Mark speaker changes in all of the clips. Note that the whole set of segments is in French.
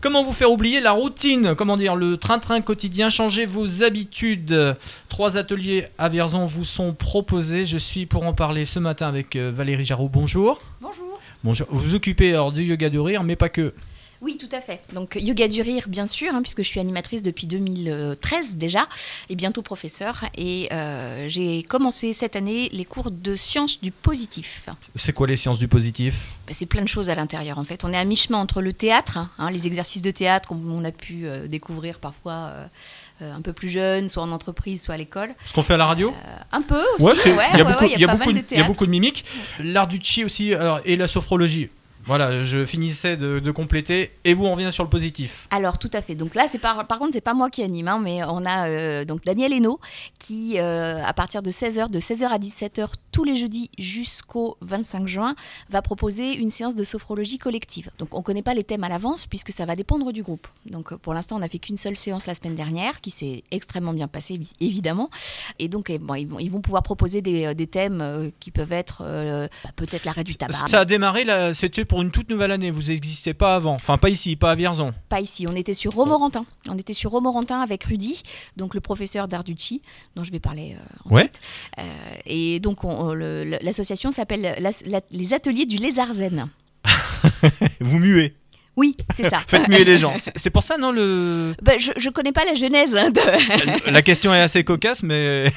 Speaker 1: Comment vous faire oublier la routine Comment dire Le train-train quotidien, changez vos habitudes. Trois ateliers à Vierzon vous sont proposés. Je suis pour en parler ce matin avec euh, Valérie Jarot. Bonjour.
Speaker 2: Bonjour.
Speaker 1: Bonjour. Vous vous occupez alors, du yoga de rire, mais pas que.
Speaker 2: Oui, tout à fait. Donc, yoga du rire, bien sûr, hein, puisque je suis animatrice depuis 2013 déjà, et bientôt professeur. Et euh, j'ai commencé cette année les cours de sciences du positif.
Speaker 1: C'est quoi les sciences du positif
Speaker 2: Ben, c'est plein de choses à l'intérieur, en fait. On est à mi-chemin entre le théâtre, hein, les exercices de théâtre qu'on a pu euh, découvrir parfois euh, euh, un peu plus jeune, soit en entreprise, soit à l'école.
Speaker 1: Ce qu'on fait à la radio
Speaker 2: Euh, un peu aussi,
Speaker 1: Ouais,
Speaker 2: ouais,
Speaker 1: c'est-
Speaker 2: ouais, ouais,
Speaker 1: il y a
Speaker 2: ouais,
Speaker 1: beaucoup-
Speaker 2: il y a pas mal de
Speaker 1: il y a
Speaker 2: théâtre.
Speaker 1: beaucoup de mimiques. L'art du chi aussi alors, et la sophrologie. Voilà, je finissais de, de compléter et vous on revient sur le positif.
Speaker 2: Alors tout à fait. Donc là, c'est par, par contre, c'est pas moi qui anime, hein, mais on a euh, donc Daniel Hainaut qui, euh, à partir de 16h, de 16h à 17h tous les jeudis jusqu'au 25 juin, va proposer une séance de sophrologie collective. Donc on connaît pas les thèmes à l'avance puisque ça va dépendre du groupe. Donc euh, pour l'instant, on n'a fait qu'une seule séance la semaine dernière, qui s'est extrêmement bien passée évi- évidemment. Et donc eh, bon, ils, vont, ils vont pouvoir proposer des, euh, des thèmes euh, qui peuvent être euh, bah, peut-être l'arrêt du tabac.
Speaker 1: Ça a démarré, là, c'était pour une toute nouvelle année, vous n'existez pas avant. Enfin, pas ici, pas à Vierzon.
Speaker 2: pas ici. On était sur Romorantin. On était sur Romorantin avec Rudy, donc le professeur d'Arducci, dont je vais parler euh,
Speaker 1: Ouais.
Speaker 2: ensuite. Euh, et donc, on- on- le- le- l'association s'appelle l'as- la- les Ateliers du Lézard Zen.
Speaker 1: Vous muez.
Speaker 2: Oui, c'est ça.
Speaker 1: Faites muer les gens. C'est- C'est pour ça, non le...
Speaker 2: Ben, je, je connais pas la genèse. hein, de-
Speaker 1: La question est assez cocasse, mais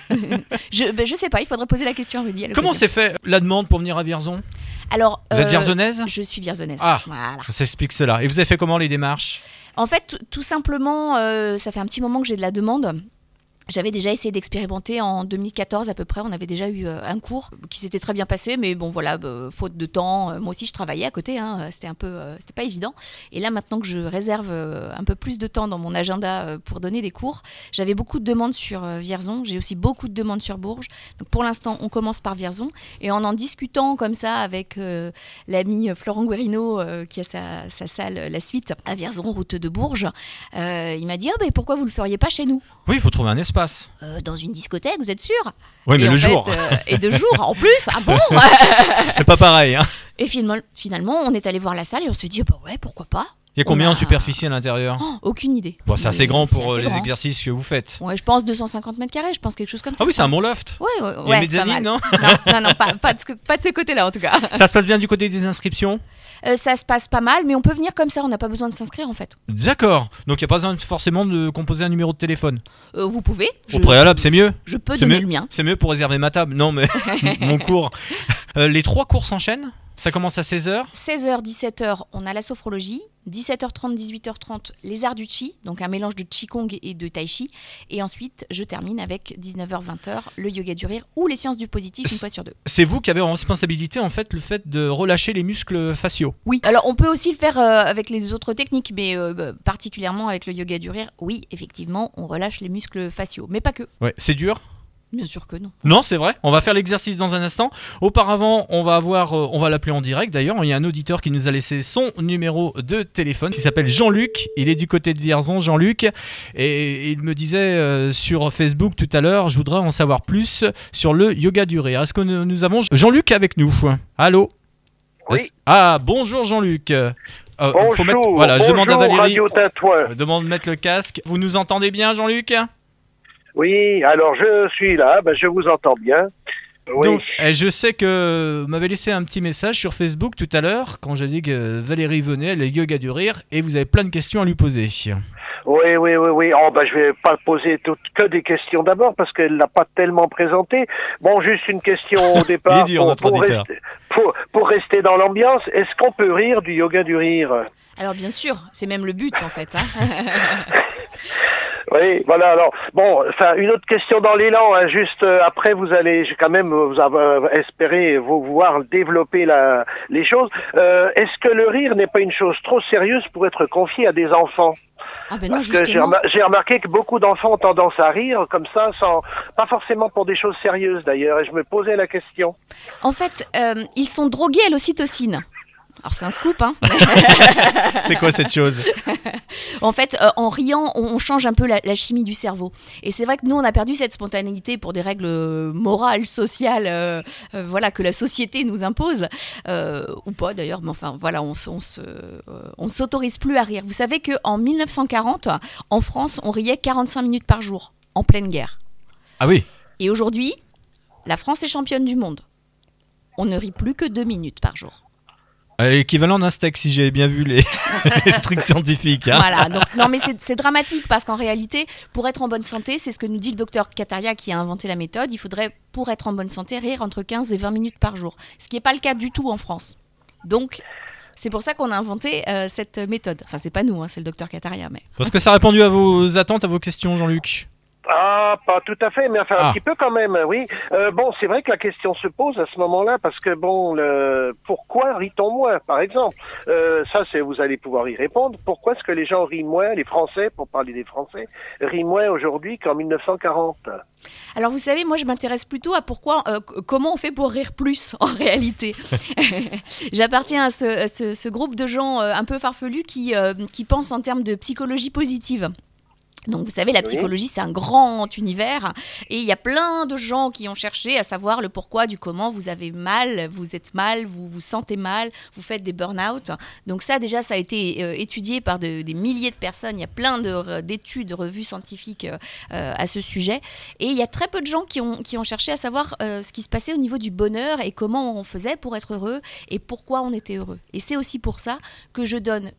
Speaker 2: Je, ben, je sais pas, il faudrait poser la question à Rudy. à
Speaker 1: comment
Speaker 2: l'occasion.
Speaker 1: s'est fait la demande pour venir à Vierzon
Speaker 2: Alors,
Speaker 1: Vous êtes
Speaker 2: euh,
Speaker 1: vierzonaise
Speaker 2: Je suis vierzonnaise.
Speaker 1: Ah.
Speaker 2: Voilà.
Speaker 1: Ça explique cela. Et vous avez fait comment les démarches
Speaker 2: En fait, tout- tout simplement, euh, ça fait un petit moment que j'ai de la demande. J'avais déjà essayé d'expérimenter en 2014 à peu près. On avait déjà eu euh, un cours qui s'était très bien passé, mais bon voilà, bah, faute de temps. euh, Moi aussi, je travaillais à côté. hein, euh, c'était un peu, euh, c'était pas évident. Et là, maintenant que je réserve euh, un peu plus de temps dans mon agenda euh, pour donner des cours, j'avais beaucoup de demandes sur euh, Vierzon. J'ai aussi beaucoup de demandes sur Bourges. Donc pour l'instant, on commence par Vierzon. Et en en discutant comme ça avec euh, l'ami Florent Guérino, euh, qui a sa, sa salle, euh, la suite, à Vierzon, route de Bourges, euh, il m'a dit Ah, ben, pourquoi vous le feriez pas chez nous
Speaker 1: Oui, il faut trouver un espace.
Speaker 2: Euh, Dans une discothèque, vous êtes sûr
Speaker 1: Oui, mais
Speaker 2: Et en
Speaker 1: le
Speaker 2: fait,
Speaker 1: jour,
Speaker 2: euh, Et de jour, en plus Ah bon
Speaker 1: c'est pas pareil. hein.
Speaker 2: Et finalement, finalement, on est allé voir la salle et on s'est dit Bah ouais, pourquoi pas
Speaker 1: Il y a combien
Speaker 2: On
Speaker 1: en
Speaker 2: a-
Speaker 1: superficie à l'intérieur
Speaker 2: Oh, Aucune idée.
Speaker 1: Bon, c'est assez
Speaker 2: Mais
Speaker 1: grand
Speaker 2: c'est
Speaker 1: pour euh,
Speaker 2: assez
Speaker 1: les
Speaker 2: grand.
Speaker 1: exercices que vous faites.
Speaker 2: Ouais, je pense 250 mètres carrés, je pense quelque chose comme ça.
Speaker 1: Ah oui, c'est un bon loft.
Speaker 2: Ouais, ouais,
Speaker 1: Il y a
Speaker 2: ouais,
Speaker 1: une
Speaker 2: c'est pas
Speaker 1: mezzanine,
Speaker 2: mal.
Speaker 1: non
Speaker 2: Non, non, non, pas, pas de, ce- pas de ce côté-là en tout cas.
Speaker 1: Ça se passe bien du côté des inscriptions
Speaker 2: Euh, ça se passe pas mal, mais on peut venir comme ça, on n'a pas besoin de s'inscrire en fait.
Speaker 1: D'accord. Donc il n'y a pas besoin de- forcément de composer un numéro de téléphone.
Speaker 2: Euh, vous pouvez.
Speaker 1: Au préalable, c'est mieux.
Speaker 2: Je peux
Speaker 1: C'est
Speaker 2: donner
Speaker 1: mieux.
Speaker 2: le mien.
Speaker 1: C'est mieux pour réserver ma table. Non, mais mon cours. Euh, les trois cours s'enchaînent. Ça commence à 16h.
Speaker 2: 16h, 17h, on a la sophrologie. 17h30, 18h30, les arts du chi, donc un mélange de qigong et de tai chi. Et ensuite, je termine avec 19h, 20h, le yoga du rire ou les sciences du positif une
Speaker 1: C'est-
Speaker 2: fois sur deux.
Speaker 1: C'est vous qui avez en responsabilité en fait le fait de relâcher les muscles faciaux.
Speaker 2: Oui, alors on peut aussi le faire euh, avec les autres techniques, mais euh, bah, particulièrement avec le yoga du rire, oui, effectivement, on relâche les muscles faciaux, mais pas que.
Speaker 1: Ouais, c'est dur.
Speaker 2: Bien sûr que non.
Speaker 1: Non, c'est vrai. On va faire l'exercice dans un instant. Auparavant, on va avoir, euh, on va l'appeler en direct. D'ailleurs, il y a un auditeur qui nous a laissé son numéro de téléphone. Il s'appelle Jean-Luc. Il est du côté de Vierzon, Jean-Luc. Et il me disait euh, sur Facebook tout à l'heure, je voudrais en savoir plus sur le yoga du rire. Est-ce que nous nous avons Jean-Luc avec nous Allô.
Speaker 3: Oui.
Speaker 1: Est-ce- Ah, bonjour Jean-Luc. Euh, faut
Speaker 3: Bonjour,
Speaker 1: mettre- voilà, je
Speaker 3: bonjour
Speaker 1: demande à Valérie.
Speaker 3: Radio Tintouin.
Speaker 1: Je demande de mettre le casque. Vous nous entendez bien, Jean-Luc
Speaker 3: Oui, alors je suis là, ben, je vous entends bien. Oui,
Speaker 1: Donc, et je sais que vous m'avez laissé un petit message sur Facebook tout à l'heure quand j'ai dit que Valérie venait, elle est yoga du rire, et vous avez plein de questions à lui poser.
Speaker 3: oui, oui, oui, oui. Oh, ben, je vais pas poser tout- que des questions d'abord parce qu'elle l'a pas tellement présenté. Bon, juste une question au départ.
Speaker 1: Il est dur, notre auditeur.
Speaker 3: rester, pour, pour rester dans l'ambiance, est-ce qu'on peut rire du yoga du rire
Speaker 2: Alors bien sûr, c'est même le but en fait. hein.
Speaker 3: Oui, voilà. Alors, bon, enfin, une autre question dans l'élan. hein, juste euh, après, vous allez j'ai quand même euh, vous avez, euh, espérer vous voir développer la, les choses. Euh, Est-ce que le rire n'est pas une chose trop sérieuse pour être confiée à des enfants
Speaker 2: Ah ben non,
Speaker 3: Parce que j'ai
Speaker 2: justement.
Speaker 3: remar- j'ai remarqué que beaucoup d'enfants ont tendance à rire comme ça, sans pas forcément pour des choses sérieuses d'ailleurs. Et je me posais la question.
Speaker 2: En fait, euh, ils sont drogués à l'ocytocine. Alors c'est un scoop, hein.
Speaker 1: C'est quoi cette chose
Speaker 2: en fait, euh, en riant, on, on change un peu la, la chimie du cerveau. Et c'est vrai que nous, on a perdu cette spontanéité pour des règles euh, morales, sociales, euh, euh, voilà, que la société nous impose, euh, ou pas d'ailleurs, mais enfin, voilà, on, s- on se, euh, on ne s'autorise plus à rire. Vous savez qu'en 1940, en France, on riait 45 minutes par jour, en pleine guerre.
Speaker 1: Ah oui.
Speaker 2: Et aujourd'hui, la France est championne du monde. On ne rit plus que deux minutes par jour.
Speaker 1: Euh, Équivalent d'un steak, si j'ai bien vu les, les trucs scientifiques. hein.
Speaker 2: Voilà. Donc, non, mais c'est c'est dramatique parce qu'en réalité, pour être en bonne santé, c'est ce que nous dit le docteur Kataria qui a inventé la méthode. Il faudrait, pour être en bonne santé, rire entre 15 et 20 minutes par jour. Ce qui n'est pas le cas du tout en France. Donc, c'est pour ça qu'on a inventé euh, cette méthode. Enfin, c'est pas nous, hein, c'est le docteur Kataria, mais.
Speaker 1: Parce que ça a répondu à vos attentes, à vos questions, Jean-Luc.
Speaker 3: Ah, pas tout à fait, mais enfin
Speaker 1: Ah.
Speaker 3: un petit peu quand même, oui. Euh, bon, c'est vrai que la question se pose à ce moment-là, parce que bon, le... pourquoi rit-on moins, par exemple euh, Ça, c'est vous allez pouvoir y répondre. Pourquoi est-ce que les gens rient moins, les Français, pour parler des Français, rient moins aujourd'hui qu'en 1940
Speaker 2: Alors, vous savez, moi, je m'intéresse plutôt à pourquoi, euh, c- comment on fait pour rire plus en réalité. J'appartiens à, ce, à ce- ce groupe de gens euh, un peu farfelus qui, euh, qui pensent en termes de psychologie positive. Donc vous savez, la
Speaker 3: Oui.
Speaker 2: psychologie, c'est un grand univers et il y a plein de gens qui ont cherché à savoir le pourquoi du comment. Vous avez mal, vous êtes mal, vous vous sentez mal, vous faites des burn-out. Donc ça, déjà, ça a été euh, étudié par de- des milliers de personnes. Il y a plein de re- d'études, revues scientifiques euh, euh, à ce sujet. Et il y a très peu de gens qui ont, qui ont cherché à savoir euh, ce qui se passait au niveau du bonheur et comment on faisait pour être heureux et pourquoi on était heureux. Et c'est aussi pour ça que je donne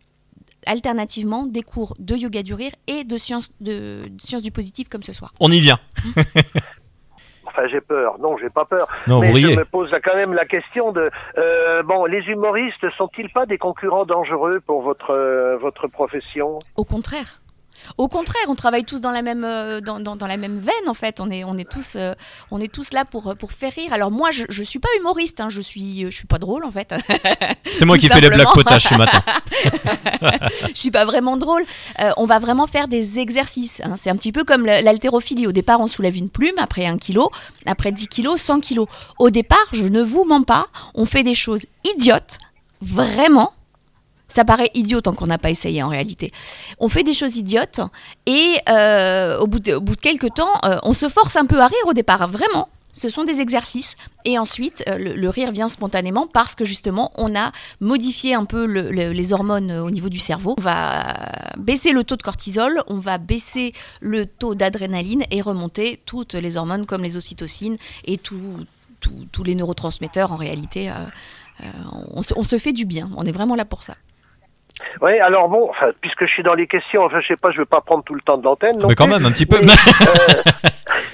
Speaker 2: alternativement des cours de yoga du rire et de sciences de, de sciences du positif comme ce soir.
Speaker 1: On y vient.
Speaker 3: Enfin, j'ai peur. Non, j'ai pas peur.
Speaker 1: Non,
Speaker 3: Mais
Speaker 1: vous riez.
Speaker 3: je me pose là quand même la question de euh, bon, les humoristes sont-ils pas des concurrents dangereux pour votre euh, votre profession
Speaker 2: Au contraire. Au contraire, on travaille tous dans la même euh, dans, dans- dans la même veine en fait. On est on est tous euh, on est tous là pour euh, pour faire rire. Alors moi je, je suis pas humoriste, hein. je suis je suis pas drôle en fait.
Speaker 1: C'est moi
Speaker 2: Tout
Speaker 1: qui fais les
Speaker 2: simplement.
Speaker 1: blagues potaches ce matin.
Speaker 2: je suis pas vraiment drôle. Euh, on va vraiment faire des exercices. hein. C'est un petit peu comme le- l'haltérophilie. Au départ, on soulève une plume, après un kilo, après 10 kilos, 100 kilos. Au départ, je ne vous mens pas, on fait des choses idiotes, vraiment. Ça paraît idiot tant qu'on n'a pas essayé en réalité. On fait des choses idiotes et euh, au, bout de, au bout de quelques temps, euh, on se force un peu à rire au départ, vraiment. Ce sont des exercices. Et ensuite, euh, le, le rire vient spontanément parce que justement, on a modifié un peu le- le- les hormones euh, au niveau du cerveau. On va baisser le taux de cortisol, on va baisser le taux d'adrénaline et remonter toutes les hormones comme les ocytocines et tout- tout- tous les neurotransmetteurs. En réalité, euh, euh, on, se- on se fait du bien. On est vraiment là pour ça.
Speaker 3: Oui, alors bon, enfin, puisque je suis dans les questions, enfin, je sais pas, je vais pas prendre tout le temps de l'antenne. non
Speaker 1: Mais quand
Speaker 3: plus.
Speaker 1: même, un petit peu.
Speaker 3: Mais,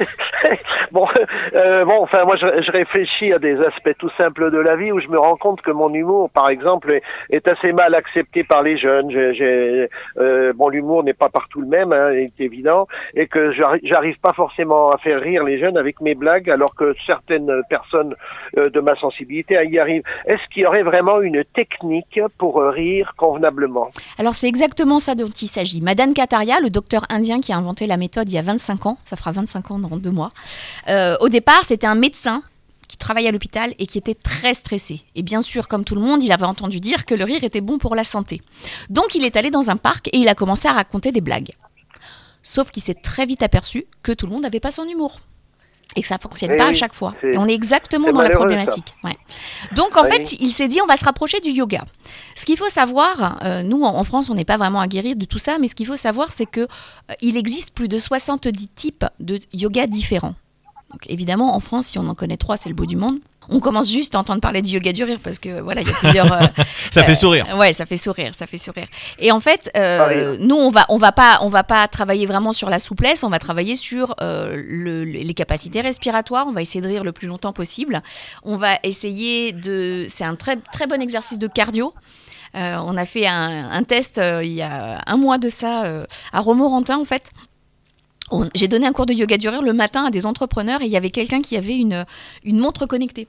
Speaker 3: euh, bon, euh, bon, enfin, moi, je, je réfléchis à des aspects tout simples de la vie où je me rends compte que mon humour, par exemple, est, est assez mal accepté par les jeunes. J'ai- j'ai, euh, bon, l'humour n'est pas partout le même, hein, il est évident, et que j'arri- j'arrive pas forcément à faire rire les jeunes avec mes blagues, alors que certaines personnes euh, de ma sensibilité euh, y arrivent. Est-ce qu'il y aurait vraiment une technique pour euh, rire convenablement
Speaker 2: Alors c'est exactement ça dont il s'agit. Madame Kataria, le docteur indien qui a inventé la méthode il y a 25 ans, ça fera 25 ans dans deux mois, euh, au départ c'était un médecin qui travaillait à l'hôpital et qui était très stressé. Et bien sûr, comme tout le monde, il avait entendu dire que le rire était bon pour la santé. Donc il est allé dans un parc et il a commencé à raconter des blagues. Sauf qu'il s'est très vite aperçu que tout le monde n'avait pas son humour. Et que ça ne fonctionne
Speaker 3: Eh
Speaker 2: pas à
Speaker 3: oui,
Speaker 2: chaque fois.
Speaker 3: c'est-
Speaker 2: Et on est exactement
Speaker 3: c'est
Speaker 2: dans la
Speaker 3: malheureux, ça.
Speaker 2: problématique. Ouais. Donc en
Speaker 3: Oui.
Speaker 2: fait, il s'est dit on va se rapprocher du yoga. Ce qu'il faut savoir, euh, nous en en France, on n'est pas vraiment à guérir de tout ça, mais ce qu'il faut savoir, c'est que euh, il existe plus de 70 types de yoga différents. Donc évidemment, en France, si on en connaît trois, c'est le bout du monde. On commence juste à entendre parler du yoga du rire parce que voilà, il y a plusieurs. euh,
Speaker 1: Ça fait
Speaker 2: euh,
Speaker 1: sourire.
Speaker 2: Ouais, ça fait sourire, ça fait sourire. Et en fait, euh,
Speaker 3: Ah oui.
Speaker 2: nous, on va, on va pas, on va pas travailler vraiment sur la souplesse. On va travailler sur euh, le- les capacités respiratoires. On va essayer de rire le plus longtemps possible. On va essayer de. C'est un très très bon exercice de cardio. Euh, on a fait un, un test euh, il y a un mois de ça euh, à Romorantin en fait. On- J'ai donné un cours de yoga du rire le matin à des entrepreneurs et il y avait quelqu'un qui avait une, une montre connectée.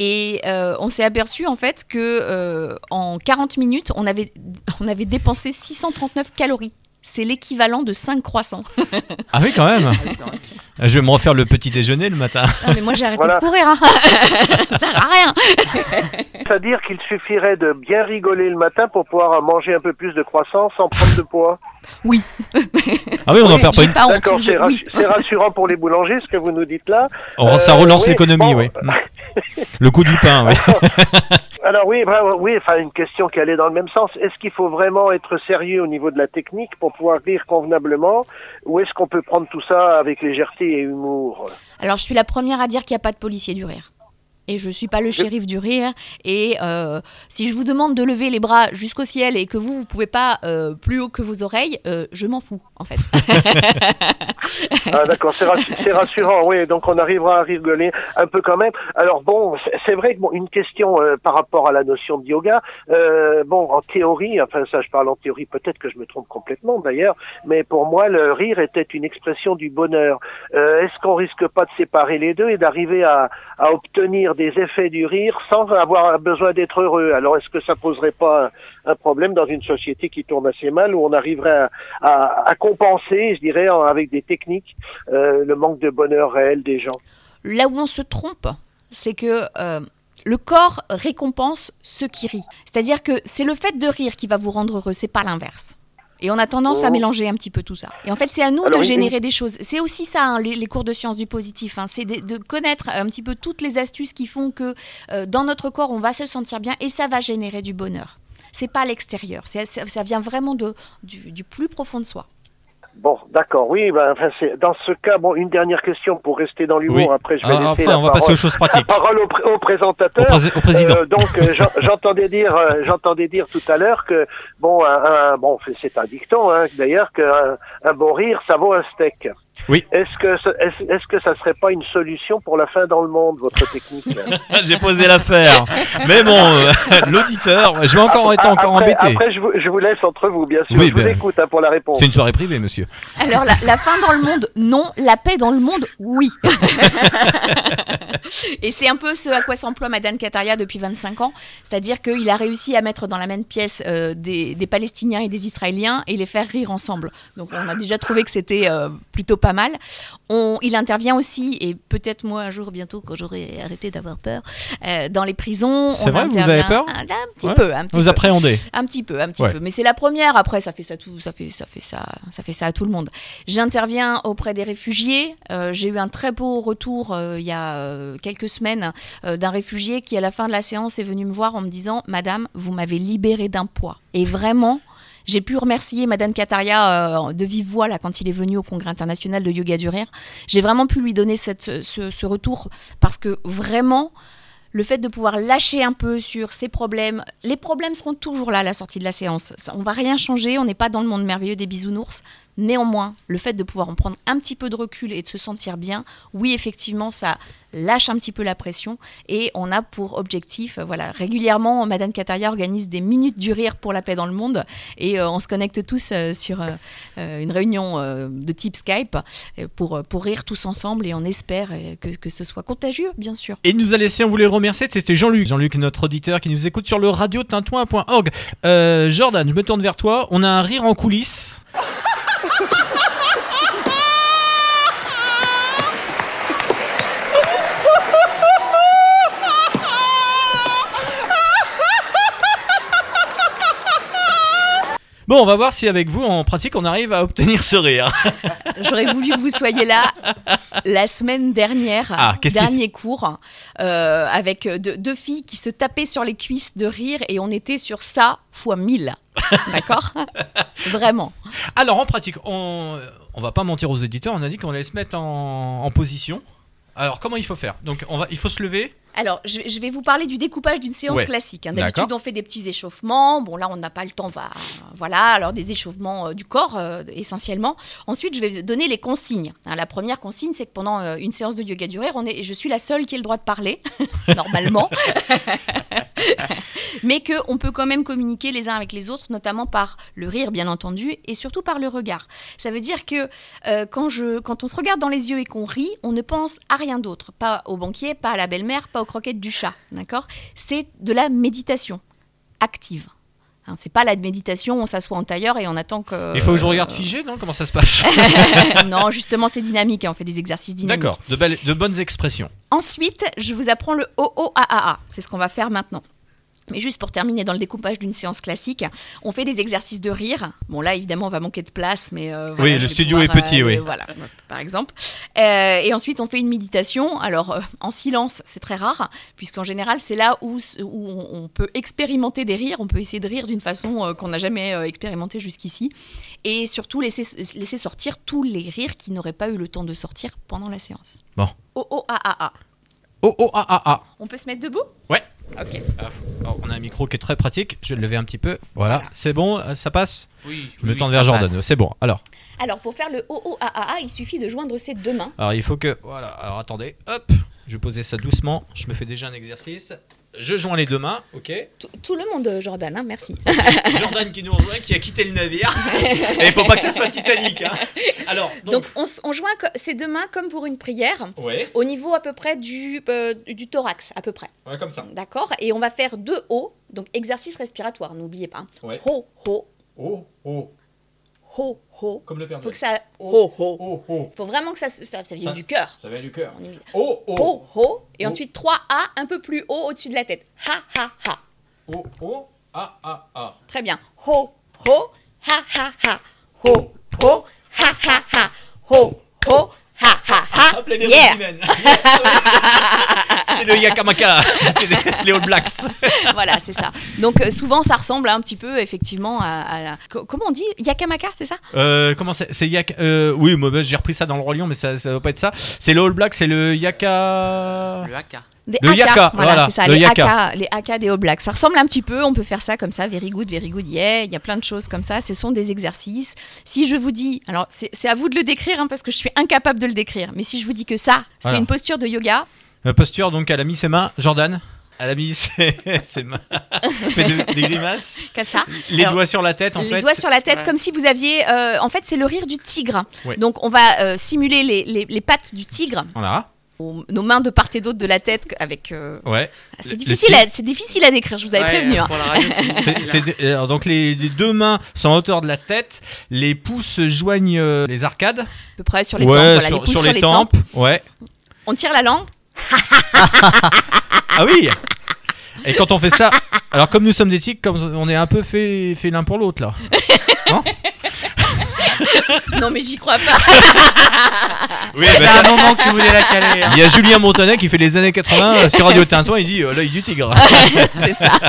Speaker 2: Et euh, on s'est aperçu en fait que euh, en 40 minutes, on avait, on avait dépensé 639 calories c'est l'équivalent de 5 croissants.
Speaker 1: Ah oui, quand même. Je vais me refaire le petit déjeuner le matin.
Speaker 2: Non, mais moi j'ai arrêté
Speaker 3: Voilà.
Speaker 2: de courir. hein. ça sert à rien.
Speaker 3: C'est-à-dire qu'il suffirait de bien rigoler le matin pour pouvoir manger un peu plus de croissant sans prendre de poids.
Speaker 2: Oui.
Speaker 1: Ah oui, on n'en perd pas
Speaker 2: J'ai
Speaker 1: une.
Speaker 2: pas honte.
Speaker 3: D'accord,
Speaker 2: je-
Speaker 3: c'est
Speaker 2: oui.
Speaker 3: rassu- c'est rassurant pour les boulangers ce que vous nous dites là.
Speaker 1: On- ça
Speaker 3: Euh,
Speaker 1: relance
Speaker 3: oui,
Speaker 1: l'économie,
Speaker 3: bon.
Speaker 1: oui. Mm. Le coût du pain, oui.
Speaker 3: Alors oui, bah, oui, enfin une question qui allait dans le même sens. Est-ce qu'il faut vraiment être sérieux au niveau de la technique pour pouvoir rire convenablement, ou est-ce qu'on peut prendre tout ça avec légèreté et humour
Speaker 2: Alors je suis la première à dire qu'il n'y a pas de policier du rire. Et je ne suis pas le shérif du rire. Et euh, si je vous demande de lever les bras jusqu'au ciel et que vous, vous ne pouvez pas euh, plus haut que vos oreilles, euh, je m'en fous, en fait.
Speaker 3: Ah d'accord, c'est rassu- c'est rassurant, oui, donc on arrivera à rigoler un peu quand même. Alors bon, c'est- c'est vrai que bon, une question euh, par rapport à la notion de yoga, euh, bon, en théorie, enfin ça je parle en théorie, peut-être que je me trompe complètement d'ailleurs, mais pour moi le rire était une expression du bonheur. Euh, Est-ce qu'on risque pas de séparer les deux et d'arriver à, à obtenir des effets du rire sans avoir besoin d'être heureux Alors est-ce que ça poserait pas un, un problème dans une société qui tourne assez mal où on arriverait à, à- à compenser, je dirais, en- avec des techniques euh, le manque de bonheur réel des gens.
Speaker 2: Là où on se trompe, c'est que euh, le corps récompense ceux qui rient. C'est-à-dire que c'est le fait de rire qui va vous rendre heureux, c'est pas l'inverse. Et on a tendance à
Speaker 3: Oh.
Speaker 2: mélanger un petit peu tout ça. Et en fait, c'est à nous
Speaker 3: Alors,
Speaker 2: de
Speaker 3: une-
Speaker 2: générer des choses. C'est aussi ça, hein, les, les cours de sciences du positif. hein. C'est de, de connaître un petit peu toutes les astuces qui font que euh, dans notre corps, on va se sentir bien et ça va générer du bonheur. C'est pas l'extérieur. C'est- Ça, ça vient vraiment de, du- du plus profond de soi.
Speaker 3: Bon, d'accord, oui, ben, enfin, c'est- dans ce cas, bon, une dernière question pour rester dans l'humour,
Speaker 1: Oui.
Speaker 3: après je vais
Speaker 1: Ah,
Speaker 3: laisser
Speaker 1: après,
Speaker 3: la
Speaker 1: on va passer
Speaker 3: parole,
Speaker 1: aux choses
Speaker 3: la
Speaker 1: pratiques.
Speaker 3: parole au, pré- au
Speaker 1: Au,
Speaker 3: présentateur.
Speaker 1: prés- au président.
Speaker 3: Euh, donc euh, j'en- j'entendais dire, euh, j'entendais dire tout à l'heure que bon, un, un- bon, c'est- c'est un dicton hein, d'ailleurs qu'un un bon rire, ça vaut un steak.
Speaker 1: Oui.
Speaker 3: Est-ce que ce- est-ce est-ce que ça serait pas une solution pour la fin dans le monde, votre technique
Speaker 1: J'ai posé l'affaire. Mais bon, euh, l'auditeur, je vais encore être encore
Speaker 3: Ah, après,
Speaker 1: embêté.
Speaker 3: Après, je vous, je vous laisse entre vous, bien sûr.
Speaker 1: Oui,
Speaker 3: je vous
Speaker 1: ben,
Speaker 3: écoute hein, pour la réponse.
Speaker 1: C'est une soirée privée, monsieur.
Speaker 2: Alors, la, la faim dans le monde, non. La paix dans le monde, oui. Et c'est un peu ce à quoi s'emploie Madame Kataria depuis 25 ans. C'est-à-dire qu'il a réussi à mettre dans la même pièce euh, des, des Palestiniens et des Israéliens et les faire rire ensemble. Donc, on a déjà trouvé que c'était euh, plutôt pas mal. On- il intervient aussi, et peut-être moi un jour bientôt, quand j'aurai arrêté d'avoir peur, euh, dans les prisons.
Speaker 1: C'est
Speaker 2: On
Speaker 1: vrai, vous
Speaker 2: intervient
Speaker 1: avez peur
Speaker 2: un, un petit
Speaker 1: Ouais.
Speaker 2: peu, un petit
Speaker 1: Vous
Speaker 2: peu.
Speaker 1: appréhendez.
Speaker 2: Un petit peu, un petit
Speaker 1: Ouais.
Speaker 2: peu. Mais c'est la première. Après, ça fait ça tout, ça fait ça fait ça, ça fait ça à tout le monde. J'interviens auprès des réfugiés. Euh, J'ai eu un très beau retour euh, il y a euh, quelques semaines euh, d'un réfugié qui, à la fin de la séance, est venu me voir en me disant "Madame, vous m'avez libéré d'un poids." Et vraiment. J'ai pu remercier Madame Kataria euh, de vive voix là, quand il est venu au Congrès international de yoga du rire. J'ai vraiment pu lui donner cette- ce- ce retour parce que vraiment, le fait de pouvoir lâcher un peu sur ces problèmes, les problèmes seront toujours là à la sortie de la séance. Ça, on va rien changer, on n'est pas dans le monde merveilleux des bisounours. Néanmoins, le fait de pouvoir en prendre un petit peu de recul et de se sentir bien, oui, effectivement, ça lâche un petit peu la pression. Et on a pour objectif, euh, voilà, régulièrement, Madame Kataria organise des minutes du rire pour la paix dans le monde. Et euh, on se connecte tous euh, sur euh, euh, une réunion euh, de type Skype euh, pour, euh, pour rire tous ensemble. Et on espère euh, que, que ce soit contagieux, bien sûr.
Speaker 1: Et il nous a laissé, on voulait le remercier, c'était Jean-Luc. Jean-Luc, notre auditeur qui nous écoute sur le radio tintouin.org. Euh, Jordan, je me tourne vers toi. On a un rire en coulisses. Bon, on va voir si avec vous, en pratique, on arrive à obtenir ce rire.
Speaker 2: J'aurais voulu que vous soyez là la semaine dernière,
Speaker 1: Ah, qu'est-ce qui
Speaker 2: dernier cours, euh, avec deux, deux filles qui se tapaient sur les cuisses de rire et on était sur ça fois 1000. D'accord Vraiment.
Speaker 1: Alors en pratique, on, on va pas mentir aux éditeurs, on a dit qu'on allait se mettre en, en position. Alors comment il faut faire Donc on va, il faut se lever.
Speaker 2: Alors, je, je vais vous parler du découpage d'une séance
Speaker 1: Ouais.
Speaker 2: classique. hein.
Speaker 1: D'accord.
Speaker 2: D'habitude, on fait des petits échauffements. Bon, là, on n'a pas le temps. on va- Voilà, alors des échauffements euh, du corps, euh, essentiellement. Ensuite, je vais donner les consignes. hein. la première consigne, c'est que pendant euh, une séance de yoga du rire, on est, je suis la seule qui ait le droit de parler, normalement. Mais qu'on peut quand même communiquer les uns avec les autres, notamment par le rire, bien entendu, et surtout par le regard. Ça veut dire que euh, quand, je, quand on se regarde dans les yeux et qu'on rit, on ne pense à rien d'autre. Pas au banquier, pas à la belle-mère, pas aux croquettes du chat. D'accord C'est de la méditation active. Hein, Hein, c'est pas la méditation, on s'assoit en tailleur et on attend que.
Speaker 1: Il faut que je regarde figé, non Comment ça se passe
Speaker 2: non, justement, c'est dynamique. hein, on fait des exercices dynamiques.
Speaker 1: D'accord, de, belles- de bonnes expressions.
Speaker 2: Ensuite, je vous apprends le OOAAA. C'est ce qu'on va faire maintenant. Mais juste pour terminer dans le découpage d'une séance classique, on fait des exercices de rire. Bon là, évidemment, on va manquer de place, mais euh, voilà,
Speaker 1: le
Speaker 2: je vais euh,
Speaker 1: studio est petit, oui.
Speaker 2: Voilà, par exemple. Euh, et ensuite, on fait une méditation. Alors euh, en silence, c'est très rare, puisqu'en général, c'est là où, s- où on on peut expérimenter des rires. On peut essayer de rire d'une façon euh, qu'on n'a jamais euh, expérimentée jusqu'ici, et surtout laisser, laisser sortir tous les rires qui n'auraient pas eu le temps de sortir pendant la séance.
Speaker 1: Bon.
Speaker 2: OOAAA.
Speaker 1: Oh, oh, ah, ah, ah.
Speaker 2: On peut se mettre debout
Speaker 1: Ouais.
Speaker 2: Ok.
Speaker 1: Alors, on a un micro qui est très pratique, je vais le lever un petit peu. Voilà, c'est bon, euh, ça passe
Speaker 4: Oui,
Speaker 1: Je me tourne vers Jordan, c'est bon. Alors,
Speaker 2: Alors, pour faire le OOAAA, il suffit de joindre ses deux mains.
Speaker 1: alors, il faut que. Voilà, alors attendez, hop, je vais poser ça doucement, je me fais déjà un exercice. Je joins les deux mains, ok.
Speaker 2: Tout, tout le monde, euh, Jordan, hein, merci.
Speaker 1: Ah Jordan qui nous rejoint, qui a quitté le navire. Et il faut pas que ça soit Titanic. hein. Alors,
Speaker 2: Donc,
Speaker 1: donc.
Speaker 2: on, s- on joint co- ses deux mains comme pour une prière,
Speaker 1: Ouais,
Speaker 2: au niveau à peu près du, euh, du thorax, à peu près.
Speaker 1: ouais, comme ça.
Speaker 2: D'accord Et on va faire deux O, donc exercice respiratoire, n'oubliez pas. hein.
Speaker 1: Ouais.
Speaker 2: Ho, ho,
Speaker 1: Oh, oh,
Speaker 2: ho, ho.
Speaker 1: comme le Père
Speaker 2: Faut
Speaker 1: Noël.
Speaker 2: que ça.
Speaker 1: Oh,
Speaker 2: Ho, ho.
Speaker 1: Oh, oh,
Speaker 2: Faut vraiment que ça, se- ça, ça vienne
Speaker 1: Ça-
Speaker 2: du cœur.
Speaker 1: ça vient du cœur.
Speaker 2: On imite.
Speaker 1: Oh,
Speaker 2: Ho,
Speaker 1: oh,
Speaker 2: ho. Et
Speaker 1: Oh.
Speaker 2: ensuite 3 A un peu plus haut au-dessus de la tête. Ha, ha, ha.
Speaker 1: oh, oh, ah, ah, ah.
Speaker 2: Très bien. Ho, ho, ha, ha, ha. Ho, ho, ha, ha, ha. Ho, ho, ha, ha, ha.
Speaker 1: Hop, les
Speaker 2: Yeah.
Speaker 1: Rugbymen. C'est le Yakamaka, c'est des- les All Blacks.
Speaker 2: voilà, c'est ça. Donc euh, souvent, ça ressemble un petit peu, effectivement, à... à- co- Comment on dit Yakamaka, c'est ça
Speaker 1: Euh, comment c'est C'est Yak. euh, oui, mauvais, j'ai repris ça dans le Roi Lion, mais ça, ça doit pas être ça. C'est le All Black, c'est le Yaka.
Speaker 4: Le haka.
Speaker 2: Des
Speaker 1: Le
Speaker 2: AK,
Speaker 1: yaka,
Speaker 2: voilà,
Speaker 1: voilà,
Speaker 2: c'est ça,
Speaker 1: le
Speaker 2: les
Speaker 1: yaka.
Speaker 2: AK, les AK des All Blacks. Ça ressemble un petit peu, on peut faire ça comme ça, very good, very good, yeah, il y a plein de choses comme ça, ce sont des exercices. Si je vous dis, alors c'est c'est à vous de le décrire hein, parce que je suis incapable de le décrire, mais si je vous dis que ça, c'est
Speaker 1: Voilà.
Speaker 2: une posture de yoga,
Speaker 1: La euh, posture, donc, elle a mis ses mains. Jordan, elle a mis ses, ses mains. fait de- des grimaces.
Speaker 2: comme ça.
Speaker 1: Les
Speaker 2: Alors,
Speaker 1: doigts sur la tête, en
Speaker 2: les
Speaker 1: fait.
Speaker 2: doigts sur la tête
Speaker 4: Ouais.
Speaker 2: comme si vous aviez euh, en fait c'est le rire du tigre
Speaker 1: Ouais.
Speaker 2: donc on va euh, simuler les, les- les pattes du tigre
Speaker 1: Voilà,
Speaker 2: au- nos mains de part et d'autre de la tête avec euh,
Speaker 1: ouais.
Speaker 2: c'est
Speaker 1: Le-
Speaker 2: difficile
Speaker 1: le
Speaker 2: à, c'est difficile à décrire je vous avais
Speaker 4: Ouais,
Speaker 2: prévenu hein.
Speaker 4: Pour la radio, c'est
Speaker 1: C'est-
Speaker 4: difficile, hein.
Speaker 1: c'est- alors, donc les, les deux mains sont à hauteur de la tête, les pouces joignent euh, les arcades.
Speaker 2: à peu près sur les tempes voilà, les pouces sur, les tempes.
Speaker 1: Ouais.
Speaker 2: on tire la langue
Speaker 1: Ah oui Et quand on fait ça, alors comme nous sommes des tigres, comme on est un peu fait, fait l'un pour l'autre là.
Speaker 2: non mais j'y crois pas
Speaker 1: Oui,
Speaker 4: Ah,
Speaker 1: bah,
Speaker 4: C'est un moment que tu voulais la caler. hein.
Speaker 1: Il y a Julien Montanet qui fait les années 80 euh, sur Radio Tintoin, il dit euh, l'œil du tigre.
Speaker 2: c'est ça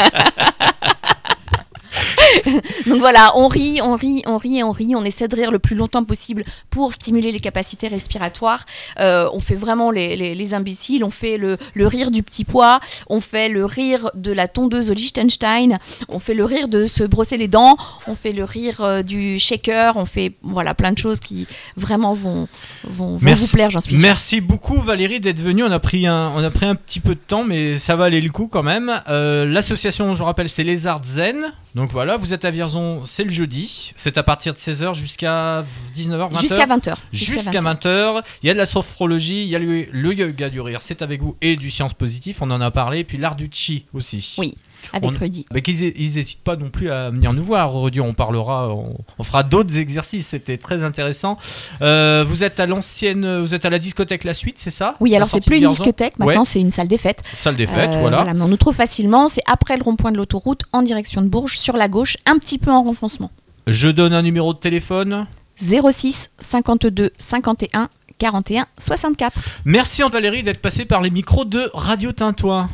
Speaker 2: Donc voilà, on rit, on rit, on rit et on rit. On essaie de rire le plus longtemps possible pour stimuler les capacités respiratoires. Euh, on fait vraiment les, les- les imbéciles. On fait le, le rire du petit pois. On fait le rire de la tondeuse au Liechtenstein. On fait le rire de se brosser les dents. On fait le rire euh, du shaker. On fait voilà plein de choses qui vraiment vont, vont, vont
Speaker 1: Merci.
Speaker 2: vous plaire, j'en suis sûre.
Speaker 1: Merci beaucoup Valérie d'être venue. On a pris un, on a pris un petit peu de temps, mais ça valait le coup quand même. Euh, L'association, je vous rappelle, c'est Les Arts Zen. Donc voilà, vous êtes à Vierzon, c'est le jeudi. C'est à partir de 16h jusqu'à 19h, 20h.
Speaker 2: Jusqu'à 20h.
Speaker 1: Jusqu'à 20h, il y a de la sophrologie, il y a le, le yoga du rire, c'est avec vous, et du science positive, on en a parlé, et puis l'art du chi aussi.
Speaker 2: Oui. Avec
Speaker 1: on-
Speaker 2: Rudy.
Speaker 1: Mais qu'ils ils n'hésitent pas non plus à venir nous voir. Rudy, on parlera, on, on fera d'autres exercices. C'était très intéressant. Euh, vous êtes à l'ancienne, vous êtes à la discothèque La Suite, c'est ça
Speaker 2: Oui,
Speaker 1: La
Speaker 2: alors c'est
Speaker 1: sortie
Speaker 2: plus
Speaker 1: de
Speaker 2: une
Speaker 1: Vierzon
Speaker 2: discothèque, maintenant c'est une salle des fêtes.
Speaker 1: Salle des fêtes,
Speaker 2: Euh,
Speaker 1: voilà.
Speaker 2: Mais on nous trouve facilement. C'est après le rond-point de l'autoroute, en direction de Bourges, sur la gauche, un petit peu en renfoncement.
Speaker 1: Je donne un numéro de téléphone.
Speaker 2: 06 52 51 41 64.
Speaker 1: Merci Anne Valérie d'être passée par les micros de Radio Tintoin.